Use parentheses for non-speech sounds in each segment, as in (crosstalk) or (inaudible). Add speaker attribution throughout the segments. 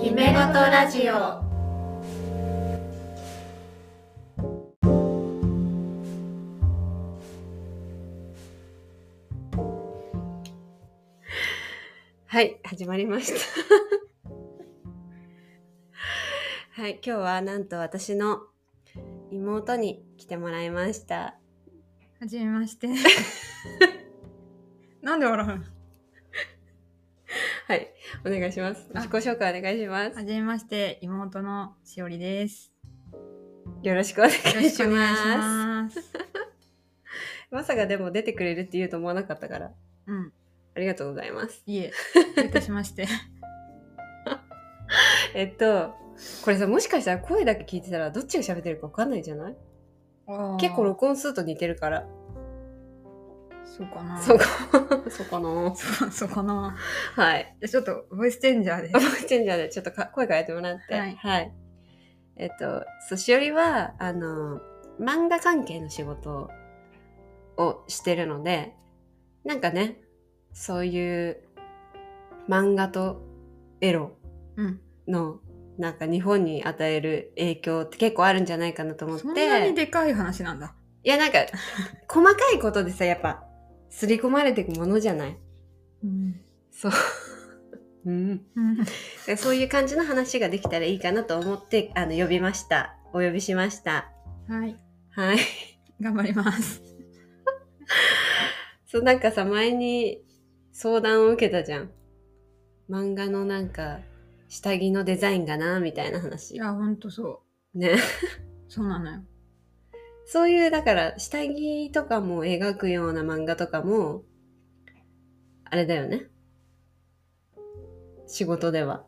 Speaker 1: 姫ごとラジオ
Speaker 2: はい、始まりました。 (laughs) はい、今日はなんと私の妹に来てもらいました。
Speaker 1: はじめまして (laughs) なんで笑うの
Speaker 2: はい、お願いします。
Speaker 1: あ
Speaker 2: 自己紹介お願いしま
Speaker 1: は
Speaker 2: す。
Speaker 1: じめまして妹のしおりです
Speaker 2: よろしくお願い
Speaker 1: よろし
Speaker 2: し
Speaker 1: くお願いし
Speaker 2: ます。
Speaker 1: ます
Speaker 2: まさかでも出てくれるって言うと思わなかったから、
Speaker 1: (laughs) うん、
Speaker 2: ありがとうございます。
Speaker 1: いえ、どういたしまして
Speaker 2: えっと、これさ、もしかしたら声だけ聞いてたらどっちが喋ってるかわかんないじゃない結構
Speaker 1: (laughs) あ
Speaker 2: 録音すると似てるから。
Speaker 1: ーそうかな
Speaker 2: そこ、 (laughs) そこ
Speaker 1: (laughs)
Speaker 2: の。
Speaker 1: そうそうかな
Speaker 2: はい。
Speaker 1: じゃあちょっとボイスチェンジャーで
Speaker 2: ボイスチェンジャーでちょっとか声変えてもらって、
Speaker 1: はい
Speaker 2: えっとそうしおりはあの漫画関係の仕事をしてるのでなんかねそういう漫画とエロ
Speaker 1: うん
Speaker 2: のなんか日本に与える影響って結構あるんじゃないかなと思って
Speaker 1: そんなにでかい話なんだ
Speaker 2: いやなんか細かいことでさやっぱ刷り込まれていくものじゃない
Speaker 1: うん、
Speaker 2: そう (laughs) うん
Speaker 1: うん、
Speaker 2: でそういう感じの話ができたらいいかなと思ってあの呼びましたお呼びしました
Speaker 1: はい
Speaker 2: はい (laughs)
Speaker 1: 頑張ります
Speaker 2: そうなんかさ前に相談を受けたじゃん漫画のなんか下着のデザインがなみたいな話
Speaker 1: いやほんとそ
Speaker 2: ね (laughs)
Speaker 1: うそうなのよ
Speaker 2: そういうだから下着とかも描くような漫画とかもあれだよね仕事では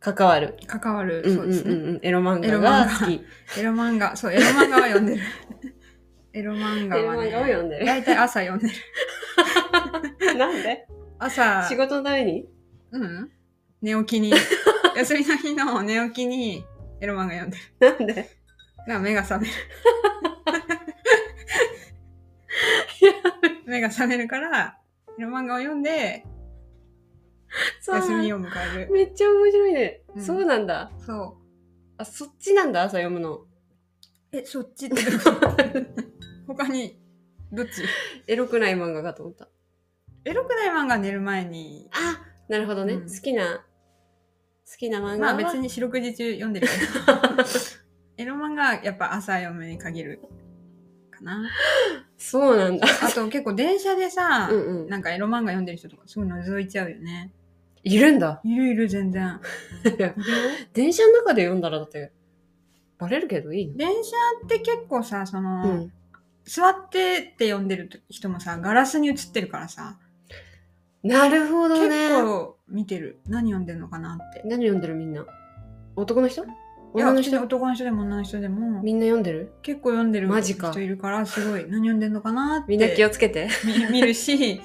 Speaker 2: 関わる
Speaker 1: 関わる、
Speaker 2: うん
Speaker 1: そううんです
Speaker 2: う
Speaker 1: ね
Speaker 2: んうんエロ漫画が好き
Speaker 1: エロ漫画、そう、エロ漫画は読ん
Speaker 2: (laughs)
Speaker 1: でる。エロ漫画
Speaker 2: エロ
Speaker 1: は
Speaker 2: 漫画を
Speaker 1: ね、
Speaker 2: 読んでる
Speaker 1: 大体朝読んでる。
Speaker 2: なんで
Speaker 1: 朝、
Speaker 2: 仕事のために
Speaker 1: うん寝起
Speaker 2: (laughs)
Speaker 1: きに、休みの日の寝起きにエロ漫画読んでる。
Speaker 2: なんで
Speaker 1: だから目が覚め
Speaker 2: (laughs)
Speaker 1: る。目が覚めるから、エロ漫画を読んで、
Speaker 2: そう
Speaker 1: 休みを迎える。
Speaker 2: めっちゃ面白いね、
Speaker 1: うん
Speaker 2: そうなんだ
Speaker 1: そ
Speaker 2: あそっちなんだ朝読むの (laughs)
Speaker 1: う。え、そっちってどこ (laughs) 他に、どっち
Speaker 2: エロくない漫画かと思った
Speaker 1: エロくない漫画は寝る前に、
Speaker 2: あなるほどね、
Speaker 1: うん
Speaker 2: 好きな好きな漫画
Speaker 1: ま
Speaker 2: は、
Speaker 1: あ別に四六時中読ん
Speaker 2: (laughs)
Speaker 1: でるけど。エロ漫画やっぱ朝読むに限るかな。
Speaker 2: (laughs) そうなんだ
Speaker 1: あと結構電車でさ、
Speaker 2: うんうん
Speaker 1: なんかエロ漫画読んでる人とかすごい覗いちゃうよね。
Speaker 2: いるんだ
Speaker 1: いるいる全然。
Speaker 2: (laughs) 電車の中で読んだらだってバレるけどいいの
Speaker 1: 電車って結構さ、その、
Speaker 2: うん、
Speaker 1: 座ってって読んでる人もさ、ガラスに映ってるからさ、
Speaker 2: なるほど
Speaker 1: 結
Speaker 2: ね
Speaker 1: 構見てる。何読んでるのかなって。
Speaker 2: 何読んでるみんな男の人
Speaker 1: いや、
Speaker 2: 女の
Speaker 1: 普通に
Speaker 2: 人
Speaker 1: 男の人でも女の人でも、
Speaker 2: みんな読んでる
Speaker 1: 結構読んでる
Speaker 2: マジか
Speaker 1: 人いるから、すごい、何読んでんのかなって。
Speaker 2: みんな気をつけて
Speaker 1: 見見るし、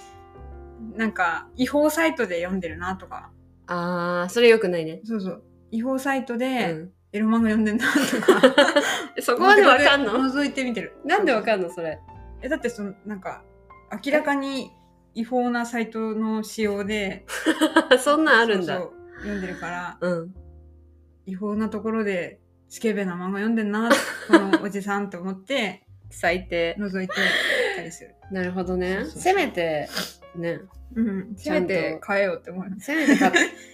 Speaker 1: なんか違法サイトで読んでるなとか、
Speaker 2: あーそれよくないね、
Speaker 1: そうそう、違法サイト
Speaker 2: う
Speaker 1: で
Speaker 2: ん、
Speaker 1: エロ漫画読んでんなとか。
Speaker 2: (laughs) そこまでわかんの
Speaker 1: 覗いてみてる。
Speaker 2: なんでわ
Speaker 1: ん
Speaker 2: かんの
Speaker 1: (laughs)
Speaker 2: それ
Speaker 1: え、だってその、なんか、明らかに違法なサイトの使用で、
Speaker 2: そんなんあるんだ
Speaker 1: そうそう読んでるから、
Speaker 2: うん
Speaker 1: 違法なところで、スケベな漫画読んでんな、このおじさんと思って、
Speaker 2: 最低
Speaker 1: 覗いてたりする。
Speaker 2: なるほど
Speaker 1: そ
Speaker 2: ね
Speaker 1: うそうそう
Speaker 2: せめてね
Speaker 1: うん。
Speaker 2: せ
Speaker 1: せめ
Speaker 2: めて
Speaker 1: て変えようって思う。
Speaker 2: せめて (laughs) 買っ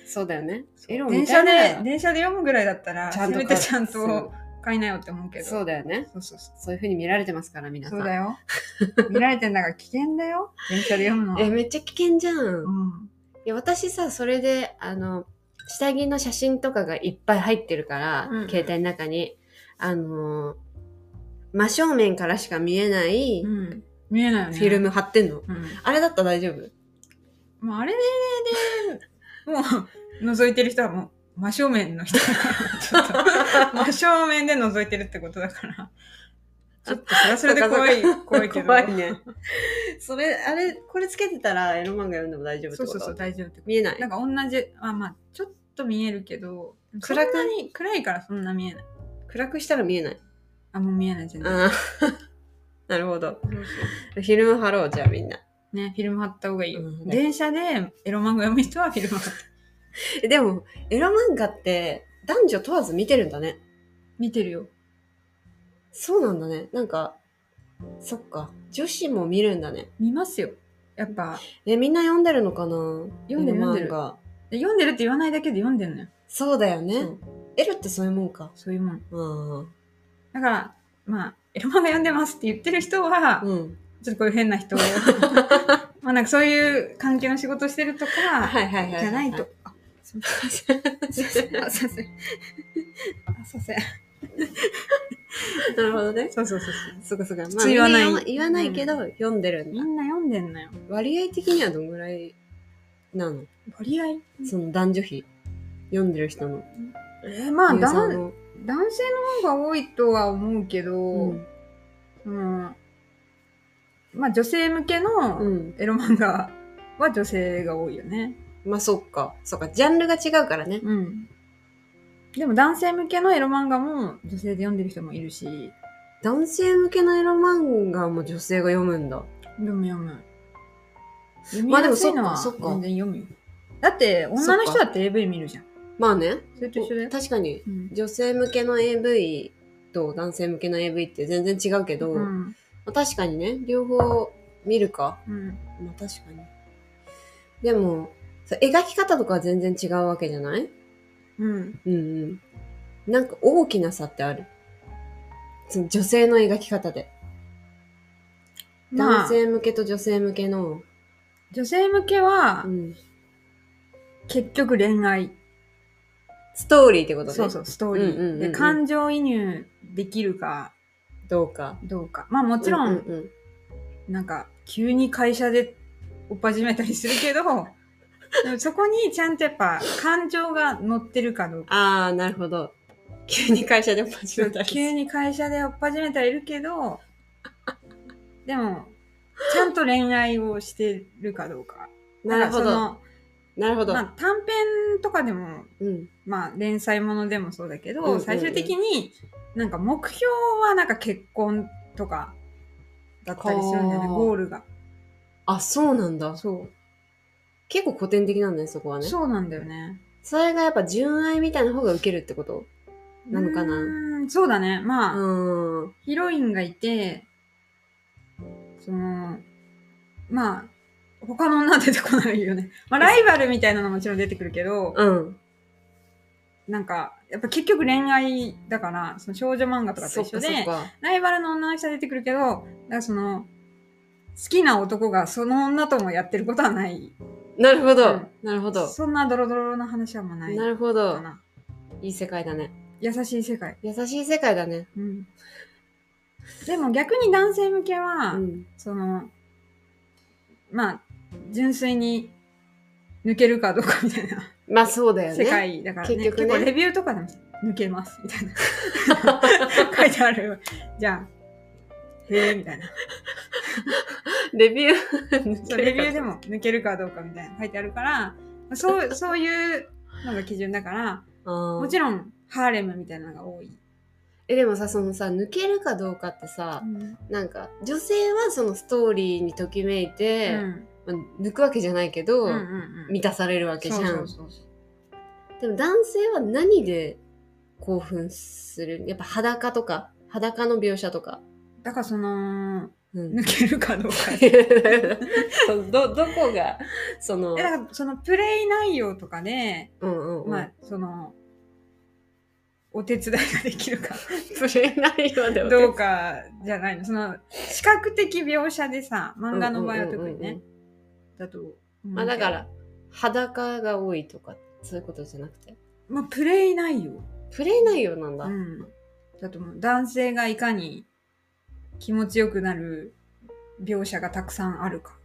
Speaker 2: そうだよねエロ
Speaker 1: 電
Speaker 2: みた
Speaker 1: 車
Speaker 2: い
Speaker 1: で、
Speaker 2: な
Speaker 1: 電車で読むぐらいだったら、
Speaker 2: ちゃんと
Speaker 1: せめ
Speaker 2: 買
Speaker 1: て
Speaker 2: う
Speaker 1: ちゃんと
Speaker 2: そ
Speaker 1: 買いなよって思うけ
Speaker 2: う
Speaker 1: ど。
Speaker 2: そうだよね
Speaker 1: そうそうそう。
Speaker 2: そういう風に見られてますから皆さ
Speaker 1: そ
Speaker 2: ん
Speaker 1: うだよ。見られてんだから危険だよ。電車で読むのは。
Speaker 2: えめっちゃ危険じゃん、
Speaker 1: う
Speaker 2: い
Speaker 1: ん。
Speaker 2: や私さそれであの下着の写真とかがいっぱい入ってるから、
Speaker 1: うん
Speaker 2: 携帯の中にあのー真正面からしか見えないフ
Speaker 1: うん。見えないよね。
Speaker 2: ィルム貼ってんの、
Speaker 1: うん。
Speaker 2: あれだったら大丈夫
Speaker 1: もうあれで、もう、覗いてる人はもう、真正面の人だから、ちょっと、真正面で覗いてるってことだから、ちょっとそれはそれで怖い
Speaker 2: そっかそっ、か
Speaker 1: 怖いけど。
Speaker 2: 怖いねそれあれこれつけてたらエロ漫画読んでも大丈夫って
Speaker 1: そう
Speaker 2: こと
Speaker 1: そうそう、大丈夫ってこ
Speaker 2: 見えない
Speaker 1: と。なんか同じ、あ、まあ、ちょっと見えるけど、
Speaker 2: 暗く
Speaker 1: そんなに暗いからそんな見えない。
Speaker 2: 暗くしたら見えない。
Speaker 1: あ、もう見えない、全然。
Speaker 2: あー (laughs) なるほど。
Speaker 1: そうそう
Speaker 2: フィルム貼ろう、じゃあみんな。
Speaker 1: ね、フィルム貼った方がいいよ。
Speaker 2: うん
Speaker 1: 電車でエロ漫画読む人はフィルム貼った。
Speaker 2: えでも、エロ漫画って男女問わず見てるんだね。
Speaker 1: 見てるよ。
Speaker 2: そうなんだね。なんか、そっか。女子も見るんだね。
Speaker 1: 見ますよ。やっぱ、
Speaker 2: え、みんな読んでるのかな
Speaker 1: 読んでる
Speaker 2: エロ
Speaker 1: 読んで
Speaker 2: 漫画
Speaker 1: る読んでるって言わないだけで読んでるのよ。
Speaker 2: そうだよね
Speaker 1: そう。
Speaker 2: エロってそういうもんか。
Speaker 1: そういうもん。
Speaker 2: うん。
Speaker 1: だから、まあ、エロ漫画読んでますって言ってる人は、
Speaker 2: うん。
Speaker 1: ちょっとこういう変な (laughs) 人まあなんかそういう関係の仕事してるとか、
Speaker 2: はいはいはいはい。
Speaker 1: じゃないと。。あ、すみません。すいません。すいません。あすいません。
Speaker 2: (laughs) なるほどね。
Speaker 1: そうそうそうそう。
Speaker 2: そうかそうか。
Speaker 1: 普通言わない
Speaker 2: みん言わないけど、読んでるん
Speaker 1: み
Speaker 2: だ。
Speaker 1: んな読んでんのよ。
Speaker 2: 割合的にはどんぐらいなの
Speaker 1: 割合。
Speaker 2: その男女比。読んでる人の。
Speaker 1: えーまあ、
Speaker 2: ユーザ
Speaker 1: だ
Speaker 2: ー
Speaker 1: ん
Speaker 2: の
Speaker 1: 男性の方が多いとは思うけど、
Speaker 2: う
Speaker 1: うん
Speaker 2: ん。
Speaker 1: まあ女性向け
Speaker 2: う
Speaker 1: の
Speaker 2: ん。
Speaker 1: エロ漫画は女性が多いよね。
Speaker 2: まあそっか。そっか。ジャンルが違うからね。
Speaker 1: うん。でも男性向けのエロ漫画も女性で読んでる人もいるし、
Speaker 2: 男性向けのエロ漫画も女性が読むんだ。
Speaker 1: 読む読む。読み
Speaker 2: まあで
Speaker 1: や
Speaker 2: も
Speaker 1: すいのは
Speaker 2: そっかそっか
Speaker 1: 全然読むよ。だって女の人だって AV 見るじゃん。
Speaker 2: まあね。
Speaker 1: それと一緒だよ。
Speaker 2: 確かに。
Speaker 1: うん
Speaker 2: 女性向けの AV と男性向けの AV って全然違うけど、
Speaker 1: う
Speaker 2: ま
Speaker 1: ん。
Speaker 2: あ、確かにね、両方見るか。
Speaker 1: うん。
Speaker 2: まあ確かに。でも、そう描き方とかは全然違うわけじゃない
Speaker 1: うん。
Speaker 2: うんうん。なんか大きな差ってある。その女性の描き方で。
Speaker 1: まあ
Speaker 2: 男、性向けと女性向けの。
Speaker 1: 女性向けは
Speaker 2: うん
Speaker 1: 結局恋愛。
Speaker 2: ストーリーってことね。
Speaker 1: そうそう、ストーリ
Speaker 2: うんうんうんう
Speaker 1: ー。
Speaker 2: ん
Speaker 1: で、感情移入できるか
Speaker 2: どうか。
Speaker 1: どうか。まあもちろ、
Speaker 2: うんうんうん
Speaker 1: なんか、急に会社で追っ始めたりする
Speaker 2: (laughs)
Speaker 1: けど、でもそこにちゃんとやっぱ感情が乗ってるかどうか。
Speaker 2: ああ、なるほど。急に会社で始めたりする
Speaker 1: 急に会社で追っ始めてはいるけど、でも、ちゃんと恋愛をしてるかどうか。
Speaker 2: なるほ
Speaker 1: だ
Speaker 2: ど。
Speaker 1: か
Speaker 2: なるほ
Speaker 1: らその
Speaker 2: ど。
Speaker 1: まあ、短編とかでも
Speaker 2: うん。
Speaker 1: まあ連載ものでもそうだけど、
Speaker 2: うんうんうん
Speaker 1: 最終的になんか目標はなんか結婚とかだったりするんだよね
Speaker 2: こう
Speaker 1: ゴールが
Speaker 2: あ、そうなんだ。
Speaker 1: そ
Speaker 2: 結構古典的なんだね、そこは
Speaker 1: う
Speaker 2: ね。
Speaker 1: そうなんだよね
Speaker 2: それがやっぱ純愛みたいな方がウケるってことなのかな
Speaker 1: うーんそうだね
Speaker 2: う
Speaker 1: まあ、
Speaker 2: ーん。
Speaker 1: ヒロインがいてそのまあ他の女は出てこないよね。まあ、ライバルみたいなのももちろん出てくるけど、
Speaker 2: うん。
Speaker 1: なんか、やっぱ結局恋愛だから、その少女漫画とかと
Speaker 2: そっ
Speaker 1: 一緒
Speaker 2: か
Speaker 1: で、
Speaker 2: そっか。
Speaker 1: ライバルの女の人は出てくるけど、だからその、好きな男がその女ともやってることはない。
Speaker 2: なるほ
Speaker 1: う
Speaker 2: ど
Speaker 1: ん。
Speaker 2: なるほど。
Speaker 1: そんなドロドロな話はもうない
Speaker 2: なるほ
Speaker 1: か
Speaker 2: ど。
Speaker 1: な。
Speaker 2: いい世界だね。
Speaker 1: 優しい世界。
Speaker 2: 優しい世界だね。
Speaker 1: うん。でも逆に男性向けは、
Speaker 2: うん。
Speaker 1: その、まあ、純粋に抜けるかどうかみたいな
Speaker 2: まあそうだよね。
Speaker 1: 世。界だからね。
Speaker 2: 結局ね
Speaker 1: 結構レビューとかでも抜けますみたいな
Speaker 2: (laughs)
Speaker 1: 書いてある。じゃあ、へえ、みたいな。
Speaker 2: レビュー。 (laughs)
Speaker 1: そうレビューで。も抜けるかどうかみたいなの書いてあるからそうそういうのが基準だから
Speaker 2: も
Speaker 1: も
Speaker 2: ちろん。
Speaker 1: ちろんハーレムみたいなのが多い、
Speaker 2: え、でもさ、そのさ、抜けるかどうかってさ、なんか、女性はそのストーリーにときめい
Speaker 1: う
Speaker 2: て、
Speaker 1: ん
Speaker 2: まあ抜くわけじゃないけど、
Speaker 1: うんうんうん
Speaker 2: 満たされるわけじゃん。
Speaker 1: そうそうそう
Speaker 2: でも男性は何で興奮するやっぱ裸とか裸の描写とか。
Speaker 1: だからその
Speaker 2: うん
Speaker 1: 抜けるかどうか
Speaker 2: そう (laughs) どどこがその
Speaker 1: えだからそのプレイ内容とかで、
Speaker 2: うんうんうん
Speaker 1: まあそのお手伝いができる
Speaker 2: (laughs)
Speaker 1: か
Speaker 2: プレイ内容で
Speaker 1: どうかじゃないのその視覚的描写でさ漫画の場合は特にね、
Speaker 2: うんうんうんうん
Speaker 1: だと思うけど
Speaker 2: まあだから裸が多いとかそういうことじゃなくて
Speaker 1: まあプレイ内容
Speaker 2: プレイ内容なんだ、
Speaker 1: うん、だと思う男性がいかに気持ちよくなる描写がたくさんあるか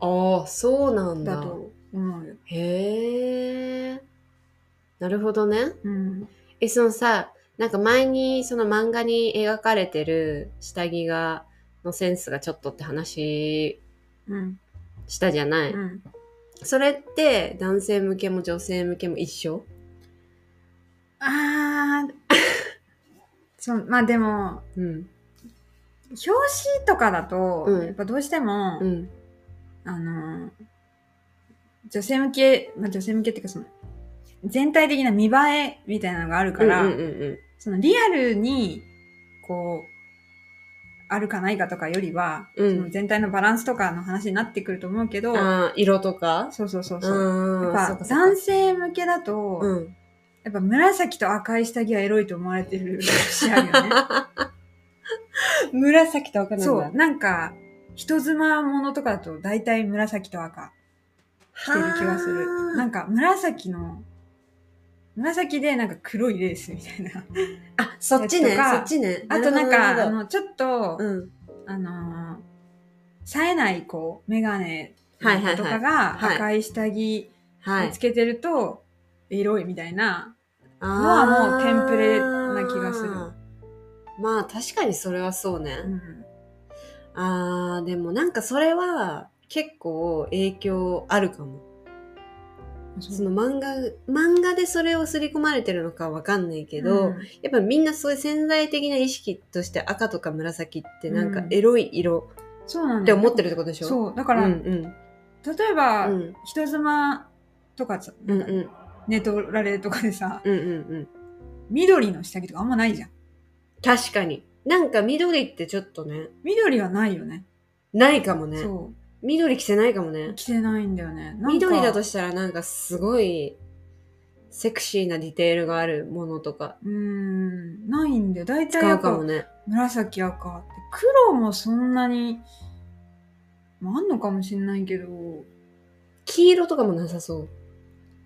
Speaker 2: ああそうなんだ
Speaker 1: だと思うよ。
Speaker 2: へえなるほどね
Speaker 1: うん
Speaker 2: えそのさなんか前にその漫画に描かれてる下着がのセンスがちょっとって話
Speaker 1: うん
Speaker 2: したじゃない、 (laughs)
Speaker 1: うん、
Speaker 2: それって男性向けも女性向けも一緒
Speaker 1: あーそうまあでも
Speaker 2: うん
Speaker 1: 表紙とかだと、
Speaker 2: うん
Speaker 1: やっぱどうしても、
Speaker 2: うん
Speaker 1: あの女性向け、まあ、女性向けっていうかその全体的な見栄えみたいなのがある
Speaker 2: う
Speaker 1: か
Speaker 2: んう
Speaker 1: ら、
Speaker 2: んうん
Speaker 1: そのリアルに、こう、あるかないかとかよりは、
Speaker 2: うん
Speaker 1: その全体のバランスとかの話になってくると思うけど、
Speaker 2: あー色とか
Speaker 1: そうそうそう
Speaker 2: う
Speaker 1: そう。
Speaker 2: ん
Speaker 1: や
Speaker 2: そ
Speaker 1: っぱ
Speaker 2: うかそう
Speaker 1: 男性向けだと、
Speaker 2: かうん
Speaker 1: やっぱ紫と赤い下着はエロいと思われてる (laughs) 節あるよね。
Speaker 2: (laughs) 紫と赤なんだ
Speaker 1: そう、なんか、人妻ものとかだと大体紫と赤着てる気がする。なんか紫の、紫でなんか黒いレースみたい
Speaker 2: (laughs)
Speaker 1: な。
Speaker 2: あそっちね
Speaker 1: と
Speaker 2: そ
Speaker 1: か
Speaker 2: っちね
Speaker 1: あとなん
Speaker 2: る
Speaker 1: か、あ
Speaker 2: ほど
Speaker 1: の、ちょっと、
Speaker 2: うん
Speaker 1: あのー、冴えない子、メガネ
Speaker 2: はいはいはい
Speaker 1: とかが
Speaker 2: はい
Speaker 1: 赤い下着
Speaker 2: は
Speaker 1: を
Speaker 2: い
Speaker 1: つけてると、エロいみたいな。
Speaker 2: あ
Speaker 1: はもう
Speaker 2: ー
Speaker 1: テンプレな気がする
Speaker 2: まあ確かにそれはそうね、
Speaker 1: うん
Speaker 2: あーでもなんかそれは結構影響あるかもその漫画漫画でそれを刷り込まれてるのかわかんないけ
Speaker 1: う
Speaker 2: ど、
Speaker 1: ん
Speaker 2: やっぱみんなそういう潜在的な意識として赤とか紫ってなん
Speaker 1: う
Speaker 2: か
Speaker 1: ん
Speaker 2: エロい色
Speaker 1: そうなんだよ
Speaker 2: って思ってるってことでしょ、
Speaker 1: そう、だから、
Speaker 2: うんうん
Speaker 1: 例えば、
Speaker 2: うん
Speaker 1: 人妻とかさ、な
Speaker 2: う
Speaker 1: んん
Speaker 2: う
Speaker 1: か
Speaker 2: ん
Speaker 1: 寝取られとかでさ、
Speaker 2: うんうんうん
Speaker 1: 緑の下着とかあんまないじゃん。
Speaker 2: 確かになんか緑ってちょっとね
Speaker 1: 緑はないよね。
Speaker 2: ないかもね
Speaker 1: そ
Speaker 2: 緑着てないかもね
Speaker 1: う。着てないんだよね。なんか
Speaker 2: 緑だとしたらなんかすごいセクシーなディテールがあるものとか
Speaker 1: うーん、ないんだよ。大体
Speaker 2: 使
Speaker 1: や
Speaker 2: う
Speaker 1: っ
Speaker 2: か
Speaker 1: ぱ
Speaker 2: もね。
Speaker 1: 紫赤って黒もそんなに、まあ、あんのかもしんないけど
Speaker 2: 黄色とかもなさそう。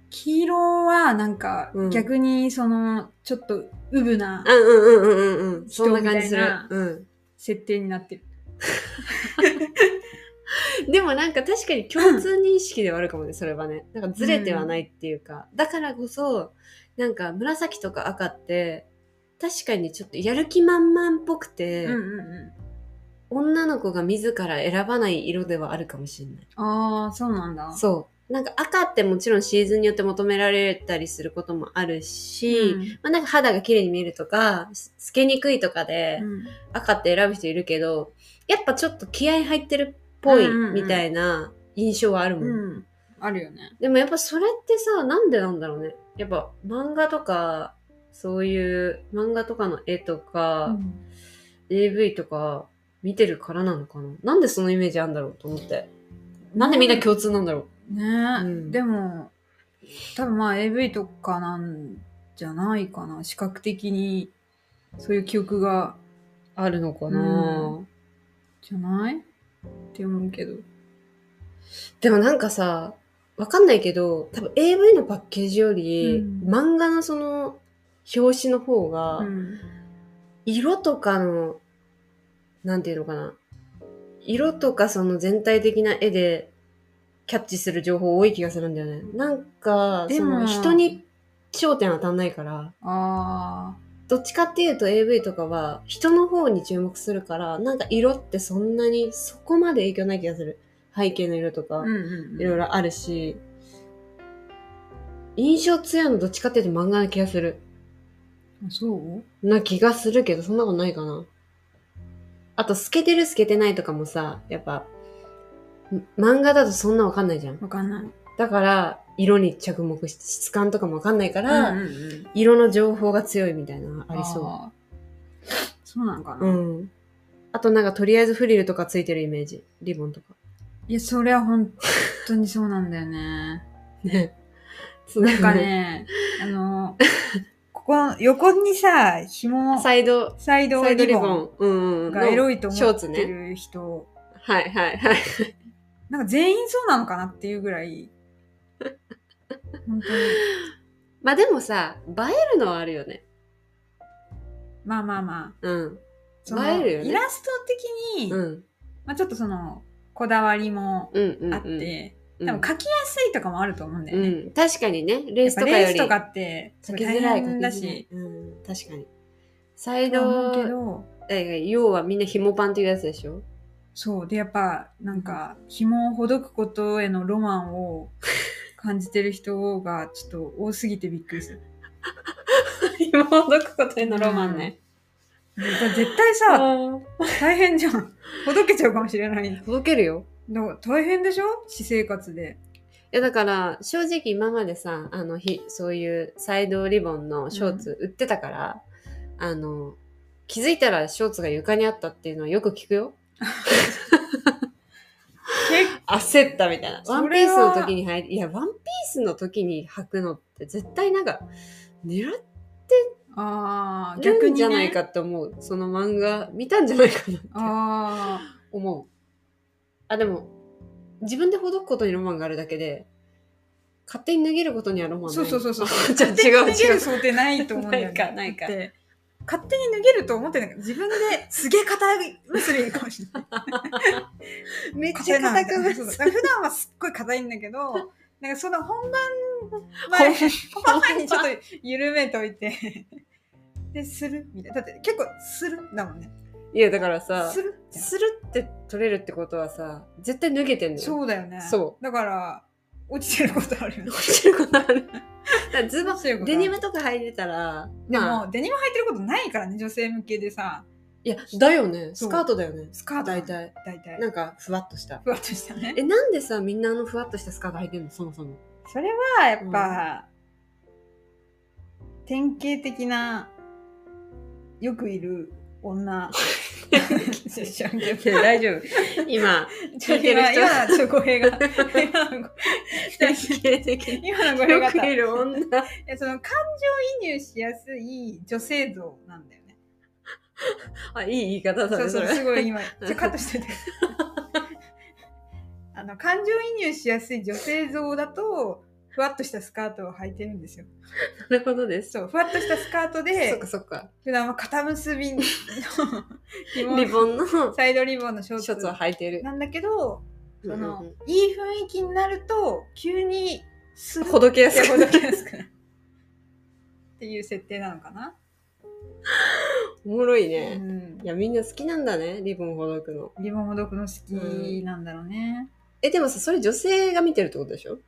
Speaker 1: 黄色はなんか
Speaker 2: うん
Speaker 1: 逆にそのちょっとウブな
Speaker 2: うんうんうんうんうんうん。そんな感じする
Speaker 1: 人みたい。
Speaker 2: うん。
Speaker 1: 設定になってる、
Speaker 2: でもなんか確かに共通認識ではあるかもね、それはね。なんかずれてはないっていうか。だからこそ、なんか紫とか赤って、確かにちょっとやる気満々っぽくて、
Speaker 1: うんうんう
Speaker 2: 女の子が自ら選ばない色ではあるかもしれない。
Speaker 1: んああそうなんだ
Speaker 2: そう。なんか赤ってもちろんシーズンによって求められたりすることもあるし、
Speaker 1: うん
Speaker 2: まあ、なんか肌が綺麗に見えるとか、す透けにくいとかで
Speaker 1: うん
Speaker 2: 赤って選ぶ人いるけど、やっぱちょっと気合入ってるっぽい
Speaker 1: うんうんうん
Speaker 2: みたいな印象はあるもん。
Speaker 1: うん、あるよね
Speaker 2: でもやっぱそれってさ、なんでなんだろうね。やっぱ漫画とか、そういう漫画とかの絵と
Speaker 1: う
Speaker 2: か、
Speaker 1: ん
Speaker 2: AV とか見てるからなのかな。なんでそのイメージあるんだろうと思って。なんでみんな共通なんだろう。
Speaker 1: ねえ、
Speaker 2: ん
Speaker 1: でも多分まあ AV とかなんじゃないかな視覚的にそういう記憶が
Speaker 2: あるのかな、
Speaker 1: うじゃないって思うけど
Speaker 2: でもなんかさ、わかんないけど、多分 AV のパッケージより、
Speaker 1: うん
Speaker 2: 漫画のその、表紙の方が、
Speaker 1: うん
Speaker 2: 色とかの、なんていうのかな。色とかその全体的な絵でキャッチする情報多い気がするんだよね。なんか、
Speaker 1: で
Speaker 2: その
Speaker 1: も
Speaker 2: 人に焦点当たんないから、
Speaker 1: ああ
Speaker 2: どっちかっていうと AV とかは人の方に注目するから、なんか色ってそんなにそこまで影響ない気がする。背景の色とか。
Speaker 1: うんうんうん
Speaker 2: いろいろあるし、印象強いのどっちかっていうと漫画な気がする。
Speaker 1: そう
Speaker 2: な気がするけど、そんなことないかな。あと、透けてる透けてないとかもさ、やっぱ、ん漫画だとそんなわかんないじゃん。
Speaker 1: わかんない。
Speaker 2: だから、色に着目して、質感とかもわかんないから、
Speaker 1: うんうんうん
Speaker 2: 色の情報が強いみたいなのありそ
Speaker 1: あーそうなんか
Speaker 2: う。
Speaker 1: な。
Speaker 2: うん。あとなんか、とりあえずフリルとかついてるイメージ。リボンとか。
Speaker 1: いや、それは本当にそうなんだよ (laughs) ね。
Speaker 2: ね。
Speaker 1: なんか。ね、あの、ここ、横にさ、紐、
Speaker 2: (laughs) サイド、
Speaker 1: サイド
Speaker 2: サイド
Speaker 1: リ
Speaker 2: リ
Speaker 1: ボン
Speaker 2: ボン。うんうん。
Speaker 1: がエロいと
Speaker 2: ショ
Speaker 1: 思
Speaker 2: ー
Speaker 1: っ
Speaker 2: ツ
Speaker 1: て
Speaker 2: ね。
Speaker 1: る人、
Speaker 2: はいはいはい。
Speaker 1: なんか全員そうなのかなっていうぐらい、本当に。
Speaker 2: まあでもさ、映えるのはあるよね。
Speaker 1: まあまあまあ。
Speaker 2: うん。
Speaker 1: その
Speaker 2: 映えるよね
Speaker 1: イラスト的に、
Speaker 2: うん。
Speaker 1: まあちょっとその、こだわりも
Speaker 2: うんうん、うん。
Speaker 1: あって、
Speaker 2: うん、
Speaker 1: 多分描きやすいとかもあると思うんだよ
Speaker 2: う
Speaker 1: ね。
Speaker 2: ん。確かにね、レ
Speaker 1: や
Speaker 2: ー
Speaker 1: っ
Speaker 2: ス
Speaker 1: ぱ
Speaker 2: とか
Speaker 1: レー
Speaker 2: よ
Speaker 1: ス
Speaker 2: り。
Speaker 1: とかって、す
Speaker 2: 書
Speaker 1: ご
Speaker 2: き
Speaker 1: い
Speaker 2: づ
Speaker 1: 大
Speaker 2: らい、書き
Speaker 1: 変
Speaker 2: づ
Speaker 1: だ
Speaker 2: ら
Speaker 1: し
Speaker 2: い。、うん。確かに。サイ
Speaker 1: と思うけ
Speaker 2: ド、
Speaker 1: ど、
Speaker 2: え要はみんな紐パンっていうやつでしょ
Speaker 1: そう。で、やっぱ、なんか、紐をほどくことへのロマンを感じてる人が、ちょっと多すぎてびっくりする。
Speaker 2: 紐を解くことへのロマンね。
Speaker 1: 絶対絶対
Speaker 2: あ (laughs)
Speaker 1: さ、大変じゃん。ほどけちゃうかもしれない。
Speaker 2: ー。解けるよ。
Speaker 1: だから大変でしょ私生活で。
Speaker 2: いやだから正直今までさあのひそういうサイドリボンのショーツ売ってたから、あの気づいたらショーツが床にあったっていうのはよく聞くよ
Speaker 1: 結
Speaker 2: 焦ったみたいなワ
Speaker 1: そ
Speaker 2: ンピー
Speaker 1: れ
Speaker 2: ス
Speaker 1: は
Speaker 2: の時に履いていやワンピースの時に履くのって絶対なんか狙っ
Speaker 1: 構ああ、
Speaker 2: て
Speaker 1: 逆に、
Speaker 2: るん
Speaker 1: ね。
Speaker 2: じゃないかって思う、その漫画見たんじゃないか
Speaker 1: (laughs)
Speaker 2: なって
Speaker 1: ああ、
Speaker 2: 思うあでも自分でほどくことにロマンがあるだけで勝手に脱げることにはロマンない
Speaker 1: そうそうそう (laughs) そう。
Speaker 2: (laughs) じゃあ違う
Speaker 1: 勝手に脱げ
Speaker 2: 違
Speaker 1: る
Speaker 2: う
Speaker 1: 想定ないと思うんだよね。
Speaker 2: ないかないか
Speaker 1: だって勝手に脱げると思ってないから自分ですげえ硬い結びかもしれない。
Speaker 2: (laughs) めっ
Speaker 1: 硬
Speaker 2: ちゃ
Speaker 1: いな
Speaker 2: 硬
Speaker 1: みたいな
Speaker 2: くなっ
Speaker 1: そうだ
Speaker 2: た
Speaker 1: から普段はすっごい硬いんだけど、なんかその本番前、
Speaker 2: 本
Speaker 1: 本番前にちょっと緩めといて、で、するみたいな。だって結構するだもんね。
Speaker 2: いやだからさ
Speaker 1: するじゃん
Speaker 2: するって取れるってことはさ絶対脱げてんのよ
Speaker 1: そうだよね。。
Speaker 2: そう
Speaker 1: だから、 (laughs) 落ちてることあるよね。
Speaker 2: 落ちることある (laughs) だからズボ
Speaker 1: 落ちてる
Speaker 2: ン
Speaker 1: ことあ
Speaker 2: デ
Speaker 1: る
Speaker 2: ニムとか履いてたら
Speaker 1: で
Speaker 2: まあ
Speaker 1: も、デニム履いてることないからね、女性向けでさ、
Speaker 2: いやだよね
Speaker 1: そ
Speaker 2: ス
Speaker 1: う
Speaker 2: カートだよね
Speaker 1: スカート
Speaker 2: 大体
Speaker 1: 大体。
Speaker 2: なんかふわっとした
Speaker 1: ふわっとしたね。
Speaker 2: えなんでさみんなあのふわっとしたスカート履いてるのそもそも
Speaker 1: それはやっぱ、典型的なよくいる (laughs) 女大丈夫
Speaker 2: (laughs)
Speaker 1: (laughs)
Speaker 2: 今聞いてる
Speaker 1: 今
Speaker 2: 人
Speaker 1: 今ちょっと語 (laughs) 弊が今の語
Speaker 2: 典型的に
Speaker 1: 今の語弊があ
Speaker 2: よ
Speaker 1: っ
Speaker 2: く
Speaker 1: た
Speaker 2: いる女
Speaker 1: いやその感情移入しやすい女性像なんだよね
Speaker 2: あいい言い方だ
Speaker 1: そう
Speaker 2: ね
Speaker 1: そ
Speaker 2: そうれ
Speaker 1: すごい今ちょカットしといて (laughs) あの感情移入しやすい女性像だとふわっとしたスカートを履いてるんですよ
Speaker 2: なるほどです
Speaker 1: そうふわっとしたスカートで
Speaker 2: そっかそっか
Speaker 1: 普段は肩結びの (laughs) リボン
Speaker 2: リボンのシ
Speaker 1: サイドリボンのショーツ
Speaker 2: ョーツを履いてる
Speaker 1: なんだけど、その
Speaker 2: うんうん
Speaker 1: いい雰囲気になると急にす
Speaker 2: ほどけやすく
Speaker 1: ほどけやすくなるっていう設定なのかな、
Speaker 2: おもろいうね、
Speaker 1: ん
Speaker 2: い、やみんな好きなんだねリボンほどくの
Speaker 1: リボンほどくの好きなんだろうね、
Speaker 2: えでもさそれ女性が見てるってことでしょ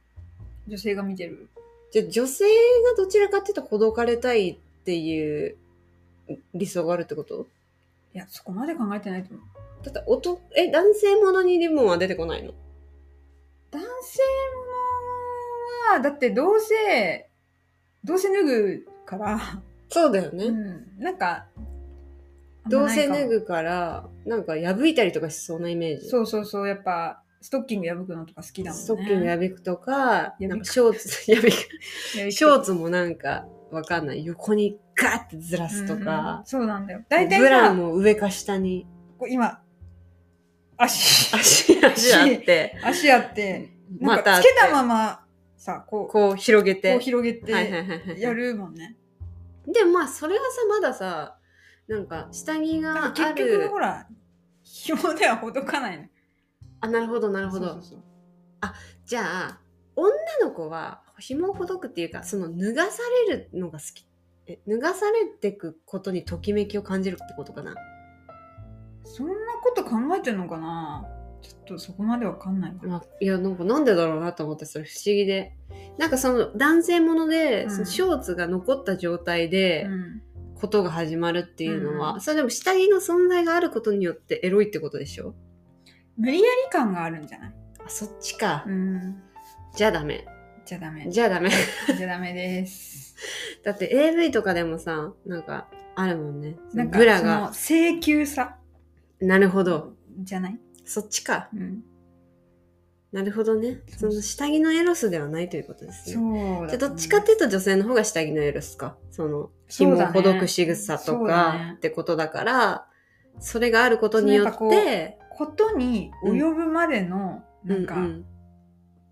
Speaker 1: 女性が見てる
Speaker 2: じゃあ女性がどちらかっていうとほどかれたいっていう理想があるってこと
Speaker 1: いやそこまで考えてないと思う
Speaker 2: だって男え男性ものにリボンは出てこないの
Speaker 1: 男性ものはだってどうせどうせ脱ぐから、
Speaker 2: そうだよね、
Speaker 1: うん、なんかあん
Speaker 2: ど
Speaker 1: ま
Speaker 2: う
Speaker 1: ないかも
Speaker 2: せ脱ぐからなんか破いたりとかしそうなイメージ
Speaker 1: そうそうそう、やっぱ、ストッキング破くのとか好きだもんね。
Speaker 2: ストッキング破くとか
Speaker 1: 破く
Speaker 2: なんかショーツ破く
Speaker 1: やり
Speaker 2: ショーツもなんかわかんない横にガーってずらすと
Speaker 1: うん
Speaker 2: か、
Speaker 1: そうなんだよ。大体
Speaker 2: ブラ
Speaker 1: さ、
Speaker 2: も上か下に
Speaker 1: こう今、
Speaker 2: (laughs)
Speaker 1: 足、
Speaker 2: 足足あって
Speaker 1: 足あって、な
Speaker 2: ま
Speaker 1: んか
Speaker 2: た
Speaker 1: つけたまま、さ、こう、こ
Speaker 2: こう広げて
Speaker 1: う広げ
Speaker 2: はいはい
Speaker 1: て、
Speaker 2: はいはい
Speaker 1: やるもんね。
Speaker 2: でもまあそれはさまださなんか下着が
Speaker 1: だ
Speaker 2: ある
Speaker 1: から結局、ほら、紐ではほどかないの。
Speaker 2: あなるほどなるほど
Speaker 1: そうそう
Speaker 2: じゃあ女の子は紐をほどくっていうかその脱がされるのが好きえ脱がされてくことにときめきを感じるってことかな
Speaker 1: そうそんなこと考えてんのかなちょっとそこまでわかんないわ。
Speaker 2: まあ、いやなんかなんでだろうなと思ってそれ不思議でなんかその男性もので、
Speaker 1: うん
Speaker 2: そのショーツが残った状態で
Speaker 1: うん
Speaker 2: ことが始まるっていうのは、
Speaker 1: うん
Speaker 2: それでも下着の存在があることによってエロいってことでしょ
Speaker 1: 無理やり感があるんじゃない
Speaker 2: あそっちか、
Speaker 1: うん。
Speaker 2: じゃあダメ
Speaker 1: じゃダメ。
Speaker 2: じゃあダメ (laughs)
Speaker 1: じゃダメです。
Speaker 2: だって AV とかでもさなんかあるもんね
Speaker 1: なんか
Speaker 2: ブラ
Speaker 1: そ
Speaker 2: が
Speaker 1: の請求さ
Speaker 2: なるほど
Speaker 1: じゃない、
Speaker 2: そっちか
Speaker 1: うん、
Speaker 2: なるほどねその下着のエロスではないということですね
Speaker 1: そう
Speaker 2: じゃあどっちかっていうと女性の方が下着のエロスかその紐をほどく仕草とかってことだから、それがあることによ
Speaker 1: そ
Speaker 2: っ
Speaker 1: うや
Speaker 2: て、
Speaker 1: ことに及ぶまでの、なんか、
Speaker 2: う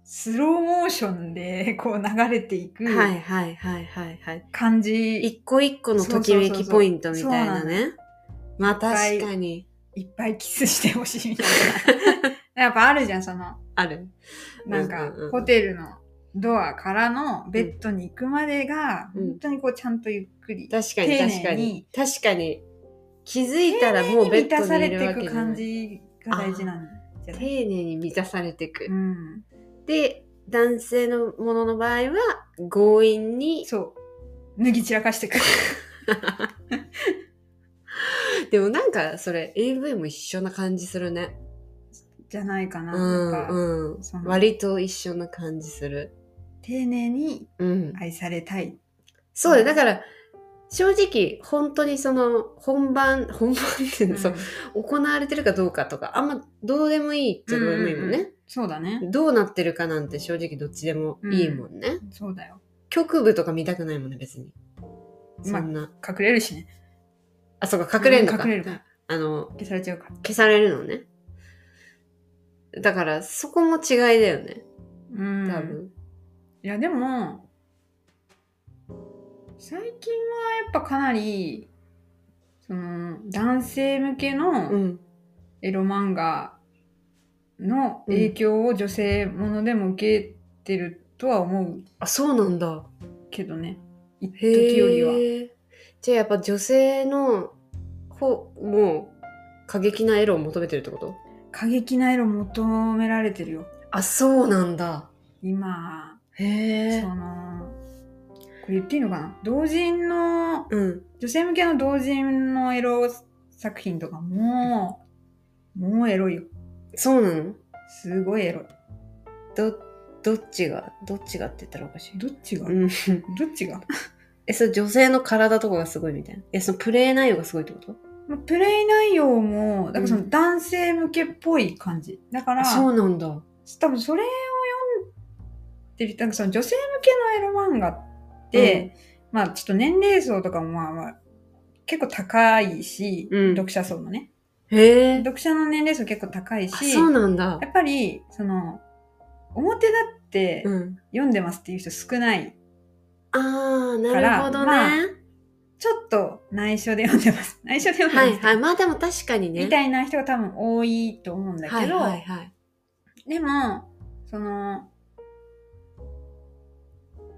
Speaker 1: スローモーションでこう流れていく
Speaker 2: うんはいはいはいはいはい。
Speaker 1: 感じ、い、
Speaker 2: 一個一個のときめきポイントみたいなね。まあ確かに。
Speaker 1: っぱいキスしてほしいみたい
Speaker 2: (laughs)
Speaker 1: なやっぱあるじゃんその
Speaker 2: ある。
Speaker 1: なんか、
Speaker 2: うんうんうん
Speaker 1: ホテルのドアからのベッドに行くまでが、
Speaker 2: うん
Speaker 1: 本当にこうちゃんとゆっくり、
Speaker 2: 確かに
Speaker 1: 丁
Speaker 2: 確か
Speaker 1: 寧
Speaker 2: に
Speaker 1: に。
Speaker 2: 確かに。気づいたらもうベ
Speaker 1: 満
Speaker 2: ッ
Speaker 1: た
Speaker 2: ド
Speaker 1: さ
Speaker 2: に
Speaker 1: れ
Speaker 2: いる
Speaker 1: て
Speaker 2: わ
Speaker 1: い
Speaker 2: けじ
Speaker 1: く
Speaker 2: ゃな
Speaker 1: 感
Speaker 2: い。
Speaker 1: じが大事なんじゃ
Speaker 2: 丁
Speaker 1: ない
Speaker 2: 寧に満たされていく
Speaker 1: う。ん
Speaker 2: で、男性のものの場合は強引に。
Speaker 1: そう。脱ぎ散らかしてくる。
Speaker 2: でもなんかそれ AV も一緒な感じするね。
Speaker 1: じゃないかな。
Speaker 2: う
Speaker 1: なんか、
Speaker 2: んうん
Speaker 1: その
Speaker 2: 割と一緒な感じする。
Speaker 1: 丁寧に
Speaker 2: うん、
Speaker 1: 愛されたい。
Speaker 2: そうだよだから正直本当にその本番 (laughs) 本番っていうの、そう行われてるかどうかとかあんまどうでもいいっちゃどうでもいいもん
Speaker 1: うん
Speaker 2: ね、
Speaker 1: そうだね。
Speaker 2: どうなってるかなんて正直どっちでもいいもんね、
Speaker 1: そうだよ。
Speaker 2: 局部とか見たくないもんね別にそんな、
Speaker 1: 隠れるしね。
Speaker 2: あそうか隠れるのか、
Speaker 1: 隠れるから。
Speaker 2: あの
Speaker 1: 消されちゃうから。
Speaker 2: 消されるのねだからそこも違いだよね
Speaker 1: うん。
Speaker 2: 多分、
Speaker 1: いやでも最近はやっぱかなりその男性向け
Speaker 2: う
Speaker 1: の
Speaker 2: ん、
Speaker 1: エロ漫画の影響を女性ものでも受けてるとは思う
Speaker 2: あそうなんだ
Speaker 1: けどね一
Speaker 2: へー
Speaker 1: 時よりは。
Speaker 2: じゃあやっぱ女性の方も過激なエロを求めてるってこと
Speaker 1: 過激なエロ求められてるよ
Speaker 2: あそうなんだ
Speaker 1: 今
Speaker 2: へ
Speaker 1: そ
Speaker 2: え
Speaker 1: のこれ言っていいのかな同人の
Speaker 2: うん
Speaker 1: 女性向けの同人のエロ作品とかもうもうエロいよ
Speaker 2: そうなの
Speaker 1: すごいエロい。
Speaker 2: どどっちがどっちがって言ったらおかしい
Speaker 1: どっちが、
Speaker 2: う
Speaker 1: ど
Speaker 2: ん
Speaker 1: っちが、
Speaker 2: えそれ女性の体とかがすごいみたいなえそのプレイ内容がすごいってこと
Speaker 1: まあプレイ内容も、だからそうの男性向けっぽい感じ。だから、
Speaker 2: あそうなんだ
Speaker 1: 多分それを読んでる、なんかその女性向けのエロ漫画って、まあちょっと年齢層とかもまあまあ結構高いし、
Speaker 2: うん
Speaker 1: 読者層のね。
Speaker 2: へえ
Speaker 1: 読者の年齢層結構高い
Speaker 2: あ
Speaker 1: し、
Speaker 2: そうなんだ
Speaker 1: やっぱり、その、表だって
Speaker 2: うん
Speaker 1: 読んでますっていう人少ない。
Speaker 2: あーなるほどね、
Speaker 1: からまちょっと内緒で読んでます。内緒で読んでま
Speaker 2: は
Speaker 1: す。
Speaker 2: いはいまあでも確かにね
Speaker 1: みたいな人が多分多いと思うんだけど、
Speaker 2: はいはいはい
Speaker 1: でもその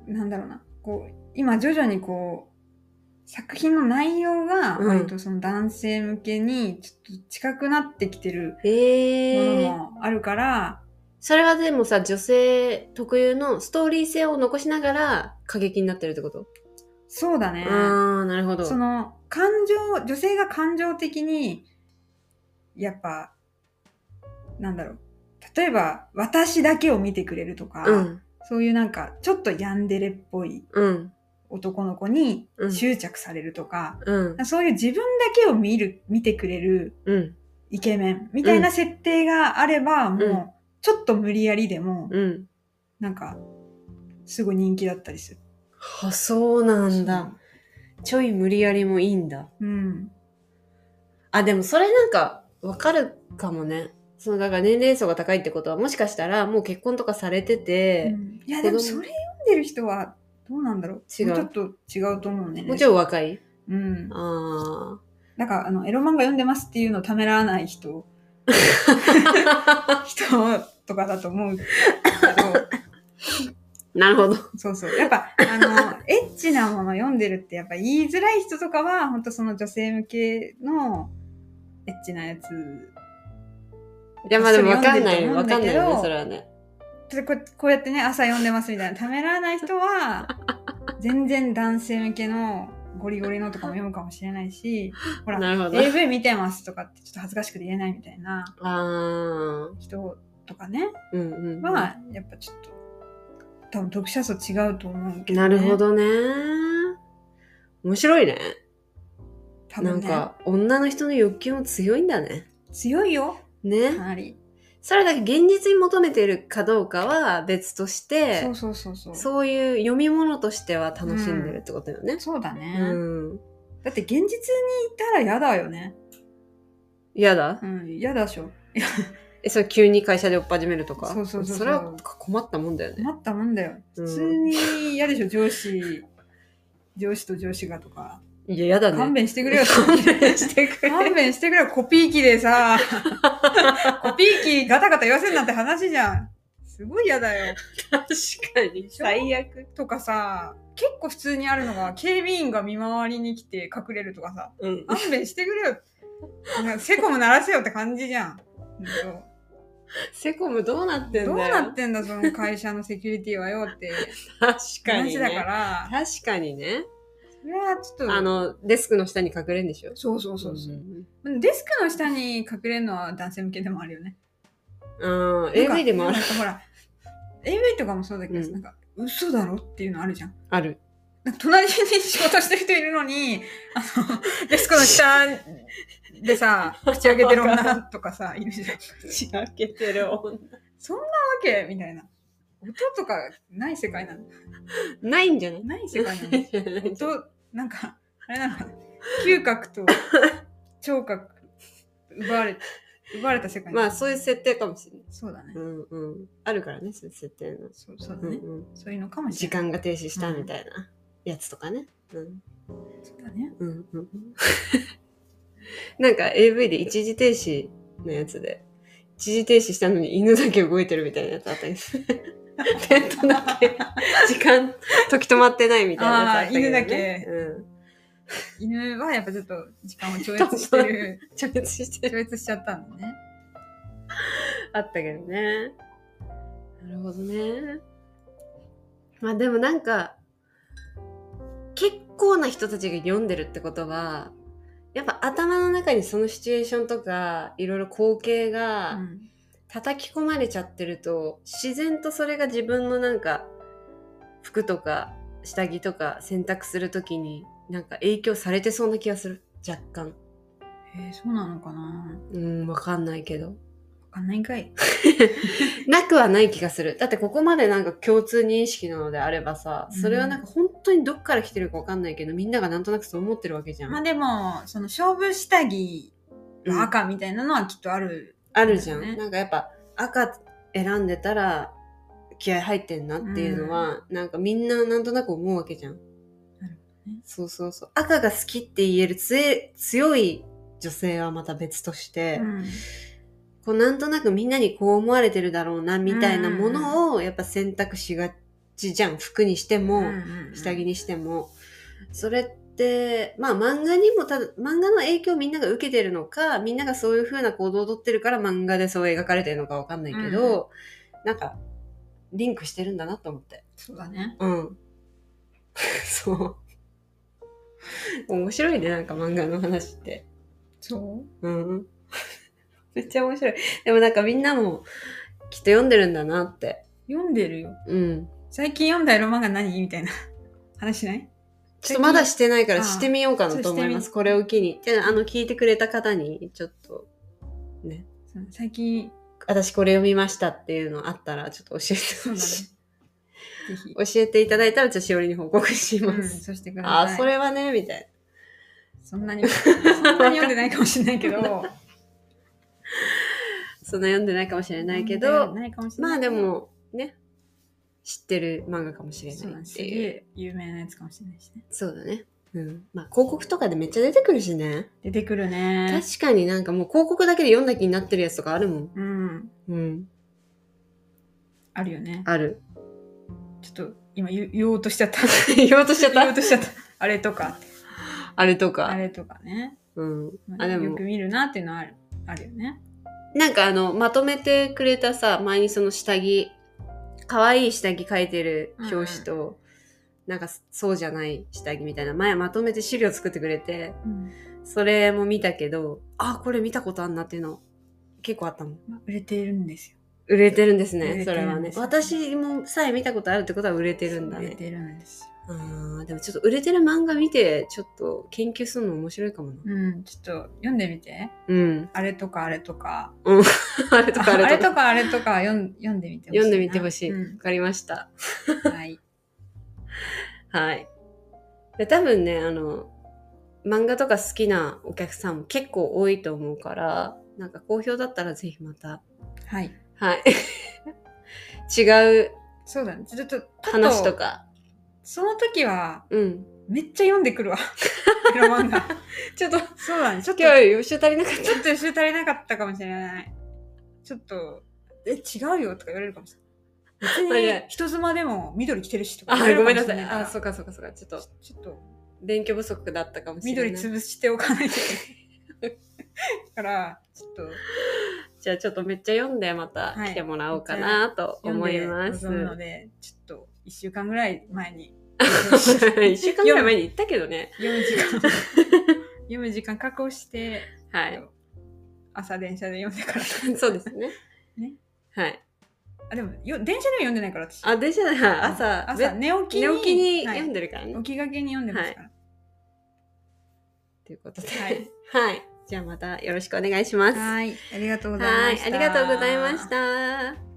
Speaker 1: なんだろうなこう今徐々にこう作品の内容が
Speaker 2: うん
Speaker 1: 割とその男性向けにちょっと近くなってきてるも
Speaker 2: へえ
Speaker 1: のもあるから、
Speaker 2: それはでもさ、女性特有のストーリー性を残しながら過激になってるってこと、
Speaker 1: そうだね、
Speaker 2: ああ、なるほど。
Speaker 1: その感情女性が感情的にやっぱなんだろう例えば私だけを見てくれるとか、
Speaker 2: うん、
Speaker 1: そういうなんかちょっとヤンデレっぽい
Speaker 2: うん、
Speaker 1: 男の子に
Speaker 2: うん
Speaker 1: 執着されるとか、
Speaker 2: うん、
Speaker 1: そういう自分だけを見る、見てくれる
Speaker 2: うん、
Speaker 1: イケメンみたいな設定があれば、
Speaker 2: う
Speaker 1: もうちょっと無理やりでも、
Speaker 2: うん。
Speaker 1: なんか、すごい人気だったりする。
Speaker 2: は、そうなんだ。ちょい無理やりもいいんだ。
Speaker 1: うん。
Speaker 2: あ、でもそれなんかわかるかもね。そのだから年齢層が高いってことはもしかしたらもう結婚とかされてて、
Speaker 1: いや、でも
Speaker 2: 子供
Speaker 1: それ読んでる人はどうなんだろう。
Speaker 2: 違う
Speaker 1: もちょっと違うと思うね。
Speaker 2: もちろん若い
Speaker 1: うん。
Speaker 2: あ
Speaker 1: なんか、あの、エロ漫画読んでますっていうのをためらわない
Speaker 2: (laughs)
Speaker 1: 人、
Speaker 2: あ。
Speaker 1: 人とかだと思うけど、
Speaker 2: なるほど。
Speaker 1: そうそう。やっぱ、あ
Speaker 2: (laughs)
Speaker 1: の、エッチなもの読んでるって、やっぱ言いづらい人とかは、本当その女性向けのエッチなやつ。
Speaker 2: いや、まあでもわかんないよ。
Speaker 1: そ
Speaker 2: わ
Speaker 1: れ読
Speaker 2: か
Speaker 1: ん
Speaker 2: ん
Speaker 1: で
Speaker 2: ない
Speaker 1: ると思うんだけ
Speaker 2: よね、
Speaker 1: ど
Speaker 2: それはね。
Speaker 1: ちょっとここうやってね、朝読んでますみたいな、ためらわない人は、全然男性向けのゴリゴリのとかも読むかもしれないし、ほら、
Speaker 2: なるほど。あ
Speaker 1: AV 見てますとかってちょっと恥ずかしくて言えないみたいな
Speaker 2: あ
Speaker 1: 人とかね、
Speaker 2: ー。うんうんうん。
Speaker 1: は、やっぱちょっと、多分読者層違うと思うけど、
Speaker 2: なるほ。どね。面白いね。
Speaker 1: 多
Speaker 2: なん
Speaker 1: 分ね、
Speaker 2: か、女の人の欲求も強いんだね。
Speaker 1: 強いよ、
Speaker 2: ね。
Speaker 1: かなり。
Speaker 2: それだけ現実に求めてるかどうかは別として、
Speaker 1: そうそうそうそう。
Speaker 2: そういう読み物としては楽しんでるってことよね。
Speaker 1: そうだね、
Speaker 2: うん。
Speaker 1: だって現実にいたら嫌だよね。
Speaker 2: 嫌、だ
Speaker 1: うん、嫌だでしょ。
Speaker 2: え、それ急に会社で追っ始めるとか。
Speaker 1: そうそうそうそう
Speaker 2: れは困ったもんだよね。
Speaker 1: 困ったもんだよ。
Speaker 2: う
Speaker 1: 普
Speaker 2: ん
Speaker 1: 通に嫌でしょ、上司。 (laughs) 上司と上司がとか。
Speaker 2: いや、嫌だね。
Speaker 1: 勘弁して
Speaker 2: (laughs)
Speaker 1: くれよ。
Speaker 2: 勘弁してく (laughs) れ
Speaker 1: 勘弁してくれよ。コピー機でさ。
Speaker 2: (laughs)
Speaker 1: コピー機ガタガタ言わせんなって話じゃん。すごい嫌だよ。
Speaker 2: 確かに。最悪。
Speaker 1: とかさ、結構普通にあるのが、警備員が見回りに来て隠れるとかさ。
Speaker 2: うん。
Speaker 1: 勘弁してくれよ。なんかセコム鳴らせよって感じじゃん。ほんと
Speaker 2: セコムどうなってんだ
Speaker 1: ど
Speaker 2: よ。
Speaker 1: うなってんだ、その会社のセキュリティはよって
Speaker 2: 確かに、
Speaker 1: 話
Speaker 2: ね。
Speaker 1: だから、
Speaker 2: 確かにね。
Speaker 1: それはちょっと、
Speaker 2: あの、デスクの下に隠れるんでしょ
Speaker 1: そうそうそうそ
Speaker 2: ん
Speaker 1: う。デスクの下に隠れるのは男性向けでもあるよね。
Speaker 2: うん、AV でもあ
Speaker 1: な
Speaker 2: る
Speaker 1: ん。かほら、AV とかもそうだけど、
Speaker 2: うん
Speaker 1: なんか、嘘だろっていうのあるじゃん。
Speaker 2: ある。
Speaker 1: なんか隣に仕事してる人いるのに、あ
Speaker 2: (laughs)
Speaker 1: の、デスクの下でさ、口開けてる女とかさ、いるじゃ
Speaker 2: (laughs)
Speaker 1: ん。わ
Speaker 2: 仕掛けてる女。
Speaker 1: けみたいな。音とかない世界なの。
Speaker 2: ないんじゃない
Speaker 1: ない世界なの。音、なんか、あれなのかな。嗅覚と聴覚、奪われ、奪われた世界な
Speaker 2: (laughs) ま
Speaker 1: の
Speaker 2: あ、そういう設定かもしれない。
Speaker 1: そうだね
Speaker 2: う。んうん。あるからね、そういう設定の。
Speaker 1: そうそう
Speaker 2: う
Speaker 1: だ
Speaker 2: ん
Speaker 1: ね。
Speaker 2: うん、
Speaker 1: そういうのかもし
Speaker 2: 時
Speaker 1: れない。
Speaker 2: 間が停止したみたいなやつとかね。うん。
Speaker 1: そうだね。
Speaker 2: うんうん (laughs) うん。なんか AV で一時停止のやつで、一時停止したのに犬だけ動いてるみたいなやつあったりする。 (laughs) ペットだけ、 (laughs) 時間、時止まってないみたいなやつあったけど、ね。
Speaker 1: あー犬だけ
Speaker 2: うん。
Speaker 1: 犬はやっぱちょっと時間を超
Speaker 2: (laughs)
Speaker 1: 越してる、
Speaker 2: ちょしてる。 (laughs)
Speaker 1: 超越しちゃったんだね。
Speaker 2: あったけどね。なるほどね。まあでもなんか、結構な人たちが読んでるってことは、やっぱ頭の中にそのシチュエーションとか、いろいろ光景が、
Speaker 1: うん
Speaker 2: 叩き込まれちゃってると自然とそれが自分のなんか服とか下着とか洗濯するときになんか影響されてそうな気がする若干
Speaker 1: えー、そうなのかな
Speaker 2: うんわかんないけど
Speaker 1: わかんないんかい。
Speaker 2: なくはない気がするだってここまでなんか共通認識なのであればさそれはなんか本当にどっから来てるかわかんないけどみんながなんとなくそう思ってるわけじゃん、
Speaker 1: まあでも、その勝負下着
Speaker 2: うん
Speaker 1: は赤みたいなのはきっとある。
Speaker 2: あるじゃん、
Speaker 1: ね
Speaker 2: なんかやっぱ赤選んでたら気合入ってんなっていうのは、なんかみんななんとなく思うわけじゃん、
Speaker 1: なるほどね
Speaker 2: そうそうそう赤が好きって言える強い強い女性はまた別として、
Speaker 1: うん
Speaker 2: こうなんとなくみんなにこう思われてるだろうなみたいなものをやっぱ選択しがちじゃん服にしても、
Speaker 1: うん
Speaker 2: 下着にしても、それってまあ漫画にもただ漫画の影響をみんなが受けてるのかみんながそういう風な行動をとってるから漫画でそう描かれてるのかわかんないけど、なんかリンクしてるんだなと思って
Speaker 1: そうだね。
Speaker 2: うん (laughs) そう面白いねなんか漫画の話って
Speaker 1: そう
Speaker 2: うん (laughs) めっちゃ面白いでもなんかみんなもきっと読んでるんだなって
Speaker 1: 読んでるよ。
Speaker 2: うん
Speaker 1: 最近読んだエロ漫画何みたいな話しない
Speaker 2: ちょっとまだしてないから
Speaker 1: ああ
Speaker 2: してみようかなと思いま
Speaker 1: そうして
Speaker 2: す。
Speaker 1: み
Speaker 2: これを機に。で、あの、聞いてくれた方に、ちょっと、
Speaker 1: その最近、
Speaker 2: 私これ読みましたっていうのあったら、ちょっと教えて
Speaker 1: そう
Speaker 2: ほ
Speaker 1: だね。
Speaker 2: しい。
Speaker 1: ぜひ。
Speaker 2: 教えていただいたら、じゃあしおりに報告しま
Speaker 1: うん、
Speaker 2: す。
Speaker 1: そうしてください。
Speaker 2: ああ、それはね、みたい
Speaker 1: そんな
Speaker 2: (laughs)
Speaker 1: に、そんなに読んでないかもしれないけど。
Speaker 2: な。そんな読んでないかもしれないけど、
Speaker 1: ないかもしれ
Speaker 2: ま
Speaker 1: ない
Speaker 2: あで、も、ね、知ってる漫画かもしれ
Speaker 1: そうだ
Speaker 2: ない
Speaker 1: ね。
Speaker 2: っ
Speaker 1: す
Speaker 2: て
Speaker 1: げ
Speaker 2: いう。
Speaker 1: え有名なやつかもしれないしね。
Speaker 2: そうだね。うん。まあ、広告とかでめっちゃ出てくるしね。
Speaker 1: 出てくるね。
Speaker 2: 確かになんかもう広告だけで読んだ気になってるやつとかあるもん。
Speaker 1: うん。
Speaker 2: うん。
Speaker 1: あるよね。(laughs)
Speaker 2: ある。
Speaker 1: ちょっと、今言う言おうとしちゃった。 (laughs)
Speaker 2: 言おうとしちゃっ
Speaker 1: 言おう
Speaker 2: た。
Speaker 1: としちゃった。あれとか、
Speaker 2: あれとか。
Speaker 1: あれとかね。
Speaker 2: うん。
Speaker 1: ま
Speaker 2: あ、
Speaker 1: あ、
Speaker 2: で
Speaker 1: よ
Speaker 2: も
Speaker 1: く、見るなっていうのはあるあるよね。
Speaker 2: なんかあの、まとめてくれたさ、前にその下着、可愛い下着書いてる表紙と、なんかそうじゃない下着みたいな、前まとめて資料作ってくれて、
Speaker 1: うん
Speaker 2: それも見たけど、あ、これ見たことあんなっていうの、結構あったもん。
Speaker 1: まあ、売れているんですよ。
Speaker 2: 売れてるんです
Speaker 1: 売
Speaker 2: ね、
Speaker 1: れ
Speaker 2: そ
Speaker 1: て
Speaker 2: れ
Speaker 1: る
Speaker 2: は
Speaker 1: ん
Speaker 2: ね
Speaker 1: で。すよ
Speaker 2: 私もさえ見たことあるってことは売れてるんだ
Speaker 1: 売れ
Speaker 2: ね。
Speaker 1: てるんですよ。
Speaker 2: あーでもちょっと売れてる漫画見て、ちょっと研究するの面白いかもな。
Speaker 1: うん、ちょっと読んでみて。
Speaker 2: うん。 (laughs)
Speaker 1: あれとかあれとか。
Speaker 2: あれとか
Speaker 1: あ
Speaker 2: あ
Speaker 1: れ
Speaker 2: れと
Speaker 1: と
Speaker 2: か。
Speaker 1: かあれとか読ん読んでみてほしいな。
Speaker 2: 読んでみてほしい。わ、
Speaker 1: うん
Speaker 2: かりました。
Speaker 1: はい。
Speaker 2: はい。で多分ね、あの、漫画とか好きなお客さんも結構多いと思うから、なんか好評だったらぜひまた、
Speaker 1: はい。
Speaker 2: はい。 (laughs) 違う
Speaker 1: そうだね。ちょっと、パッ
Speaker 2: 話と。か、
Speaker 1: その時は、
Speaker 2: うん。
Speaker 1: めっちゃ読んでく
Speaker 2: (laughs)
Speaker 1: るわ。エロ漫画。
Speaker 2: ちょっと、
Speaker 1: そうだね。ちょっと、
Speaker 2: 今日予習足りなかっ
Speaker 1: ちょっと一周足りなかったかもしれない。ちょっと、え、違うよとか言われるかもしれない。別に、人妻でも緑着てるしと
Speaker 2: た。
Speaker 1: か
Speaker 2: あ、
Speaker 1: 言
Speaker 2: (laughs) ご
Speaker 1: わ
Speaker 2: め
Speaker 1: れ
Speaker 2: ん
Speaker 1: る
Speaker 2: な
Speaker 1: かもしれな
Speaker 2: さい。
Speaker 1: いから
Speaker 2: あ、そっかそっかそっか。ちょっと、
Speaker 1: ちょっと、
Speaker 2: 勉強不足だったかもしれない。
Speaker 1: 緑潰しておかないといけ
Speaker 2: (laughs)
Speaker 1: ない。だから、ちょっと、
Speaker 2: じゃあちょっとめっちゃ読んでまた
Speaker 1: はい
Speaker 2: 来てもらおうかなと
Speaker 1: 読ん
Speaker 2: 思い
Speaker 1: で
Speaker 2: ます。
Speaker 1: 臨むので、ちょっと、一週間ぐらい前に。
Speaker 2: (laughs) 一週間ぐらい前に言ったけどね。
Speaker 1: (laughs) 読む時間、読む時間確保して、
Speaker 2: (laughs) はい。
Speaker 1: 朝電車で読んでから。
Speaker 2: (laughs) そうですね。
Speaker 1: ね
Speaker 2: はい。
Speaker 1: あ、でも、よ電車では読んでないから私。
Speaker 2: あ、電車だな
Speaker 1: うん
Speaker 2: 朝、
Speaker 1: 朝
Speaker 2: べ
Speaker 1: 寝起きに。
Speaker 2: 寝起きに
Speaker 1: はい
Speaker 2: 読んでるからね。
Speaker 1: 起きがけに読んでますから。
Speaker 2: ということで。
Speaker 1: は
Speaker 2: (laughs) はいい。じゃあまたよろしくお願いします。
Speaker 1: はい。ありがとうござい
Speaker 2: は
Speaker 1: ま
Speaker 2: い
Speaker 1: し。た。
Speaker 2: ありがとうございまし。た。